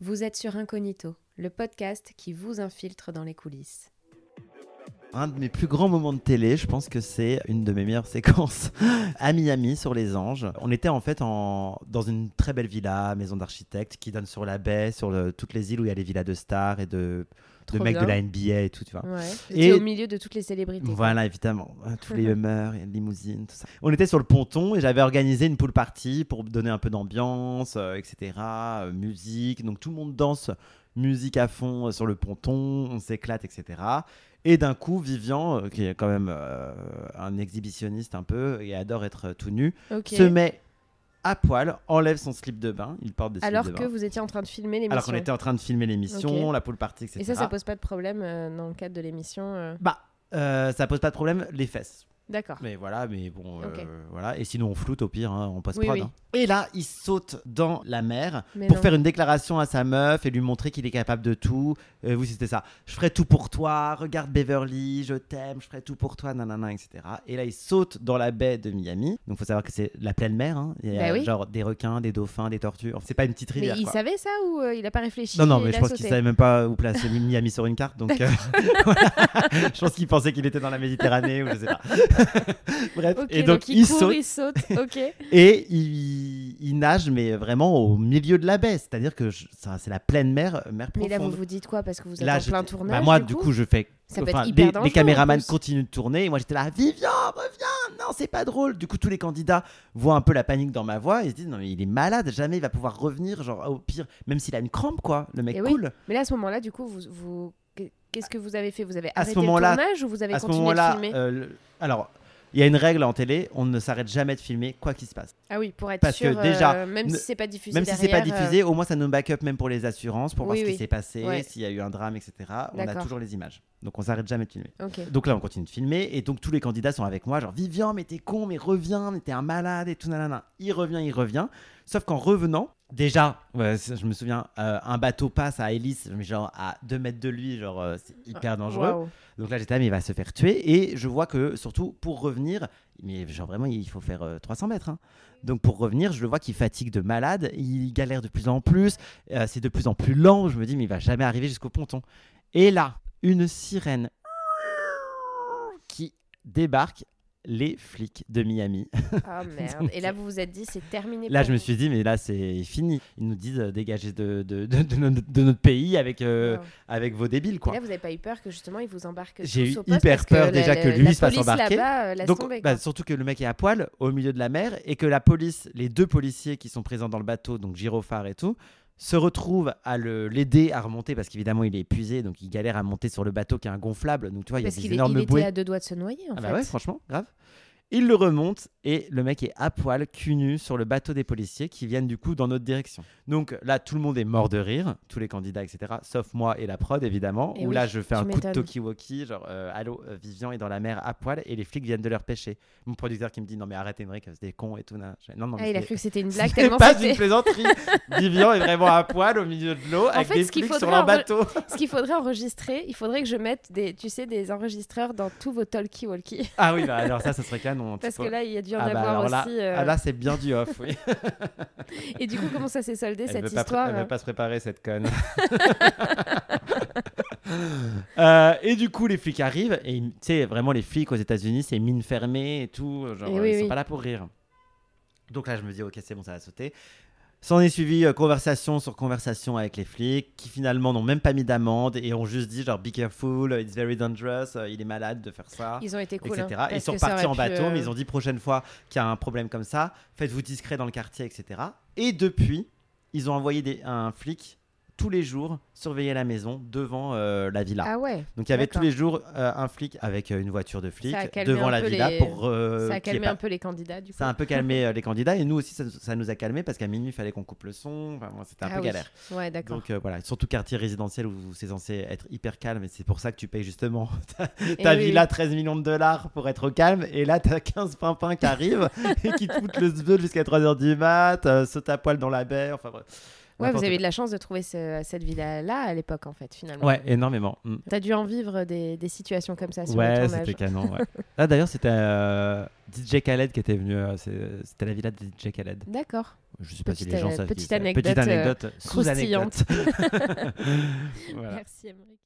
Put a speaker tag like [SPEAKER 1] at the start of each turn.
[SPEAKER 1] Vous êtes sur Incognito, le podcast qui vous infiltre dans les coulisses.
[SPEAKER 2] Un de mes plus grands moments de télé, je pense que c'est une de mes meilleures séquences à Miami sur les anges. On était en fait en, dans une très belle villa, maison d'architecte, qui donne sur la baie, sur le- toutes les îles où il y a les villas de stars et de, de
[SPEAKER 1] Trop
[SPEAKER 2] mecs de
[SPEAKER 1] bien.
[SPEAKER 2] la NBA et tout, tu vois.
[SPEAKER 1] Ouais.
[SPEAKER 2] Et-
[SPEAKER 1] J'étais au milieu de toutes les célébrités.
[SPEAKER 2] Voilà, évidemment. Hein, Tous les humeurs, et limousines, tout ça. On était sur le ponton et j'avais organisé une pool party pour donner un peu d'ambiance, euh, etc. euh, musique. Donc tout le monde danse musique à fond euh, sur le ponton, on s'éclate, etc. Et d'un coup, Vivian, euh, qui est quand même euh, un exhibitionniste un peu et adore être euh, tout nu,
[SPEAKER 1] Ok.
[SPEAKER 2] se met à poil, enlève son slip de bain. Il porte des slips
[SPEAKER 1] Alors
[SPEAKER 2] de
[SPEAKER 1] que
[SPEAKER 2] bain.
[SPEAKER 1] vous étiez en train de filmer l'émission.
[SPEAKER 2] Alors qu'on était en train de filmer l'émission, la pool party, etc.
[SPEAKER 1] Et ça, ça pose pas de problème euh, dans le cadre de l'émission. euh.
[SPEAKER 2] Bah, euh, ça pose pas de problème, les fesses.
[SPEAKER 1] D'accord.
[SPEAKER 2] Mais voilà, mais bon,
[SPEAKER 1] Ok.
[SPEAKER 2] euh, voilà. Et sinon, on floute au pire, hein, on passe
[SPEAKER 1] Oui,
[SPEAKER 2] prod.
[SPEAKER 1] oui.
[SPEAKER 2] hein. Et là, il saute dans la mer
[SPEAKER 1] Mais
[SPEAKER 2] pour
[SPEAKER 1] non.
[SPEAKER 2] faire une déclaration à sa meuf et lui montrer qu'il est capable de tout. Euh, oui, c'était ça. Je ferai tout pour toi. Regarde Beverly, je t'aime. Je ferai tout pour toi, nanana, etc. Et là, il saute dans la baie de Miami. Donc, faut savoir que c'est la pleine mer. hein. Il y a
[SPEAKER 1] Bah oui.
[SPEAKER 2] genre des requins, des dauphins, des tortues. Enfin, c'est pas une petite
[SPEAKER 1] Mais
[SPEAKER 2] rivière.
[SPEAKER 1] il
[SPEAKER 2] quoi.
[SPEAKER 1] savait ça ou euh, il a pas réfléchi
[SPEAKER 2] Non, non,
[SPEAKER 1] et
[SPEAKER 2] mais
[SPEAKER 1] il
[SPEAKER 2] je
[SPEAKER 1] a
[SPEAKER 2] pense qu'il
[SPEAKER 1] sauté
[SPEAKER 2] savait même pas où placer Miami sur une carte. Donc, euh, voilà. je pense qu'il pensait qu'il était dans la Méditerranée ou je sais pas. Bref,
[SPEAKER 1] Ok,
[SPEAKER 2] et donc, il,
[SPEAKER 1] court,
[SPEAKER 2] saute
[SPEAKER 1] il saute. Ok.
[SPEAKER 2] et il, il nage, mais vraiment au milieu de la baie. C'est-à-dire que je- ça, c'est la pleine mer, euh, mer
[SPEAKER 1] Mais
[SPEAKER 2] profonde.
[SPEAKER 1] là, vous vous dites quoi Parce que vous êtes
[SPEAKER 2] Là,
[SPEAKER 1] en
[SPEAKER 2] j'étais-
[SPEAKER 1] plein
[SPEAKER 2] bah,
[SPEAKER 1] tournage.
[SPEAKER 2] moi, du coup, je fais.
[SPEAKER 1] Ça peut être
[SPEAKER 2] enfin,
[SPEAKER 1] hyper
[SPEAKER 2] les- les,
[SPEAKER 1] dangereux, en
[SPEAKER 2] caméramans
[SPEAKER 1] plus.
[SPEAKER 2] continuent de tourner. Et moi, j'étais là, Vivian, reviens Non, c'est pas drôle. Du coup, tous les candidats voient un peu la panique dans ma voix et se disent, non, mais il est malade, jamais il va pouvoir revenir. Genre, au pire, même s'il a une crampe, quoi, le mec
[SPEAKER 1] Eh oui.
[SPEAKER 2] cool.
[SPEAKER 1] Mais là, à ce moment-là, du coup, vous, vous- qu'est-ce que vous avez fait Vous avez
[SPEAKER 2] À ce
[SPEAKER 1] arrêté le
[SPEAKER 2] moment-là-
[SPEAKER 1] tournage ou vous avez
[SPEAKER 2] à ce
[SPEAKER 1] continué de
[SPEAKER 2] moment-là,
[SPEAKER 1] filmer
[SPEAKER 2] euh, le- alors, il y a une règle en télé, on ne s'arrête jamais de filmer quoi qu'il se passe.
[SPEAKER 1] Ah oui, pour être
[SPEAKER 2] parce que
[SPEAKER 1] sûr.
[SPEAKER 2] déjà,
[SPEAKER 1] euh, même
[SPEAKER 2] ne-
[SPEAKER 1] si c'est pas diffusé.
[SPEAKER 2] même si c'est pas
[SPEAKER 1] derrière, euh,
[SPEAKER 2] diffusé, au moins ça nous backup même pour les assurances, pour voir
[SPEAKER 1] Oui,
[SPEAKER 2] ce qui
[SPEAKER 1] oui.
[SPEAKER 2] s'est passé,
[SPEAKER 1] Ouais.
[SPEAKER 2] s'il y a eu un drame, etc. On a
[SPEAKER 1] D'accord.
[SPEAKER 2] toujours les images. Donc on s'arrête jamais de filmer.
[SPEAKER 1] Ok.
[SPEAKER 2] Donc là, on continue de filmer et donc tous les candidats sont avec moi, genre Vivian, mais t'es con, mais reviens, mais t'es un malade et tout nanana. Il revient, il revient. Sauf qu'en revenant, déjà, ouais, c'est- je me souviens, euh, un bateau passe à hélice, mais genre à 2 mètres de lui, genre euh, c'est
[SPEAKER 1] Ah,
[SPEAKER 2] hyper dangereux.
[SPEAKER 1] Waouh.
[SPEAKER 2] Donc là, j'étais là, mais il va se faire tuer. Et je vois que, surtout, pour revenir, mais genre vraiment, il faut faire euh, 300 mètres. hein. Donc pour revenir, je le vois qu'il fatigue de malade, il galère de plus en plus, euh, c'est de plus en plus lent. Je me dis, mais il va jamais arriver jusqu'au ponton. Et là, une sirène qui débarque les flics de Miami.
[SPEAKER 1] Ah merde. Et là, vous vous êtes dit, c'est terminé.
[SPEAKER 2] Là,
[SPEAKER 1] pour
[SPEAKER 2] je me
[SPEAKER 1] vous.
[SPEAKER 2] suis dit, mais là, c'est fini. Ils nous disent, euh, dégagez de, de- de- de notre- de notre pays avec, euh,
[SPEAKER 1] Waouh.
[SPEAKER 2] avec vos débiles,
[SPEAKER 1] Et
[SPEAKER 2] quoi.
[SPEAKER 1] là, vous n'avez pas eu peur que justement, ils vous embarquent
[SPEAKER 2] J'ai
[SPEAKER 1] tous
[SPEAKER 2] eu
[SPEAKER 1] au poste
[SPEAKER 2] hyper
[SPEAKER 1] parce
[SPEAKER 2] peur
[SPEAKER 1] la-
[SPEAKER 2] déjà
[SPEAKER 1] la-
[SPEAKER 2] que lui
[SPEAKER 1] la
[SPEAKER 2] se fasse
[SPEAKER 1] police
[SPEAKER 2] embarquer.
[SPEAKER 1] là-bas, euh, laisse
[SPEAKER 2] Donc,
[SPEAKER 1] tomber,
[SPEAKER 2] bah,
[SPEAKER 1] quoi.
[SPEAKER 2] surtout que le mec est à poil au milieu de la mer et que la police, les deux policiers qui sont présents dans le bateau, donc Girophare et tout, se retrouvent à le- l'aider à remonter parce qu'évidemment il est épuisé, donc il galère à monter sur le bateau qui est ingonflable. Donc tu vois, il y a
[SPEAKER 1] Parce
[SPEAKER 2] des
[SPEAKER 1] qu'il est-
[SPEAKER 2] énormes
[SPEAKER 1] il était
[SPEAKER 2] bouées.
[SPEAKER 1] à deux doigts de se noyer, en
[SPEAKER 2] Ah
[SPEAKER 1] fait.
[SPEAKER 2] bah ouais, franchement, grave. Il le remonte et le mec est à poil, cul nu, sur le bateau des policiers qui viennent du coup dans notre direction. Donc là, tout le monde est mort de rire, tous les candidats, etc. Sauf moi et la prod, évidemment.
[SPEAKER 1] Eh
[SPEAKER 2] où
[SPEAKER 1] oui,
[SPEAKER 2] là, je fais
[SPEAKER 1] tu
[SPEAKER 2] un coup de
[SPEAKER 1] m'étonnes.
[SPEAKER 2] talkie-walkie, genre euh, Allô, euh, Vivian est dans la mer à poil et les flics viennent de leur pêcher. Mon producteur qui me dit Non, mais arrête, Henrik, c'est des cons et tout. nan. Je fais, Non, non,
[SPEAKER 1] Ah, il a
[SPEAKER 2] c'est-
[SPEAKER 1] cru que c'était une blague
[SPEAKER 2] c'est
[SPEAKER 1] tellement
[SPEAKER 2] pas
[SPEAKER 1] c'était-
[SPEAKER 2] une plaisanterie. Vivian est vraiment à poil au milieu de l'eau avec
[SPEAKER 1] fait,
[SPEAKER 2] des
[SPEAKER 1] ce qu'il
[SPEAKER 2] flics sur
[SPEAKER 1] faudrait en
[SPEAKER 2] leur
[SPEAKER 1] re-
[SPEAKER 2] bateau.
[SPEAKER 1] Ce qu'il faudrait enregistrer, il faudrait que je mette des, tu sais, des enregistreurs dans tous vos talkie-walkie.
[SPEAKER 2] ah oui, bah, alors ça, ça serait canon.
[SPEAKER 1] Parce
[SPEAKER 2] tu
[SPEAKER 1] que
[SPEAKER 2] vois.
[SPEAKER 1] là, il y a dû en
[SPEAKER 2] Ah bah,
[SPEAKER 1] avoir
[SPEAKER 2] alors là-
[SPEAKER 1] aussi. euh,
[SPEAKER 2] ah là, c'est bien du off, oui.
[SPEAKER 1] Et du coup, comment ça s'est soldé
[SPEAKER 2] Elle
[SPEAKER 1] cette
[SPEAKER 2] veut pas pré-
[SPEAKER 1] histoire
[SPEAKER 2] elle
[SPEAKER 1] euh
[SPEAKER 2] veut pas se préparer, cette conne. Euh, et du coup, les flics arrivent. Et ils- tu sais, vraiment, les flics aux États-Unis, c'est mine fermée et tout. Genre,
[SPEAKER 1] Et
[SPEAKER 2] euh,
[SPEAKER 1] oui,
[SPEAKER 2] ils sont
[SPEAKER 1] oui.
[SPEAKER 2] pas là pour rire. Donc là, je me dis, ok, c'est bon, ça va sauter. S'en est suivi euh, conversation sur conversation avec les flics qui finalement n'ont même pas mis d'amende et ont juste dit genre be careful, it's very dangerous, euh, il est malade de faire ça
[SPEAKER 1] Ils ont été cool.
[SPEAKER 2] etc.
[SPEAKER 1] hein, parce
[SPEAKER 2] ils sont
[SPEAKER 1] que ça
[SPEAKER 2] partis en
[SPEAKER 1] aurait pu,
[SPEAKER 2] bateau,
[SPEAKER 1] euh,
[SPEAKER 2] mais ils ont dit prochaine fois qu'il y a un problème comme ça, faites-vous discret dans le quartier, etc. Et depuis, ils ont envoyé des- un flic tous les jours surveiller la maison devant euh, la villa.
[SPEAKER 1] Ah ouais.
[SPEAKER 2] Donc il y avait tous
[SPEAKER 1] d'accord.
[SPEAKER 2] les jours euh, un flic avec euh, une voiture de flic
[SPEAKER 1] Ça a calmé
[SPEAKER 2] devant
[SPEAKER 1] un
[SPEAKER 2] la
[SPEAKER 1] peu
[SPEAKER 2] villa
[SPEAKER 1] les-
[SPEAKER 2] pour euh,
[SPEAKER 1] ça a
[SPEAKER 2] qu'il y ait
[SPEAKER 1] calmé
[SPEAKER 2] pas-
[SPEAKER 1] un peu les candidats du coup.
[SPEAKER 2] Ça a un peu calmé euh, les candidats et nous aussi ça, ça nous a calmé parce qu'à minuit il fallait qu'on coupe le son, Enfin, bon, c'était un
[SPEAKER 1] Ah
[SPEAKER 2] peu
[SPEAKER 1] oui.
[SPEAKER 2] galère.
[SPEAKER 1] Ouais, d'accord.
[SPEAKER 2] Donc euh, voilà, surtout quartier résidentiel où c'est censé être hyper calme et c'est pour ça que tu payes justement
[SPEAKER 1] Et
[SPEAKER 2] T'as
[SPEAKER 1] Eh oui,
[SPEAKER 2] vu
[SPEAKER 1] oui.
[SPEAKER 2] là 13 millions de dollars pour être au calme, et là t'as 15 pimpins qui arrivent et qui te foutent le zbeul jusqu'à 3h du mat, euh, saute à poil dans la baie, enfin bref.
[SPEAKER 1] Ouais, vous
[SPEAKER 2] N'importe
[SPEAKER 1] avez
[SPEAKER 2] quoi.
[SPEAKER 1] de la chance de trouver ce- cette villa-là à l'époque, en fait, finalement.
[SPEAKER 2] Ouais, énormément. Mm.
[SPEAKER 1] T'as dû en vivre des, des situations comme ça sur le
[SPEAKER 2] Ouais,
[SPEAKER 1] tournage.
[SPEAKER 2] c'était canon. Ouais. Là, d'ailleurs, c'était euh, DJ Khaled qui était venu. euh, c'est- c'était la villa de DJ Khaled.
[SPEAKER 1] D'accord.
[SPEAKER 2] Je sais pas si
[SPEAKER 1] Petite
[SPEAKER 2] les gens
[SPEAKER 1] ane-
[SPEAKER 2] savent. qui
[SPEAKER 1] petite
[SPEAKER 2] c'est.
[SPEAKER 1] anecdote,
[SPEAKER 2] Petite
[SPEAKER 1] euh,
[SPEAKER 2] anecdote sous-anecdote.
[SPEAKER 1] croustillante.
[SPEAKER 2] Voilà.
[SPEAKER 1] Merci, Émeric.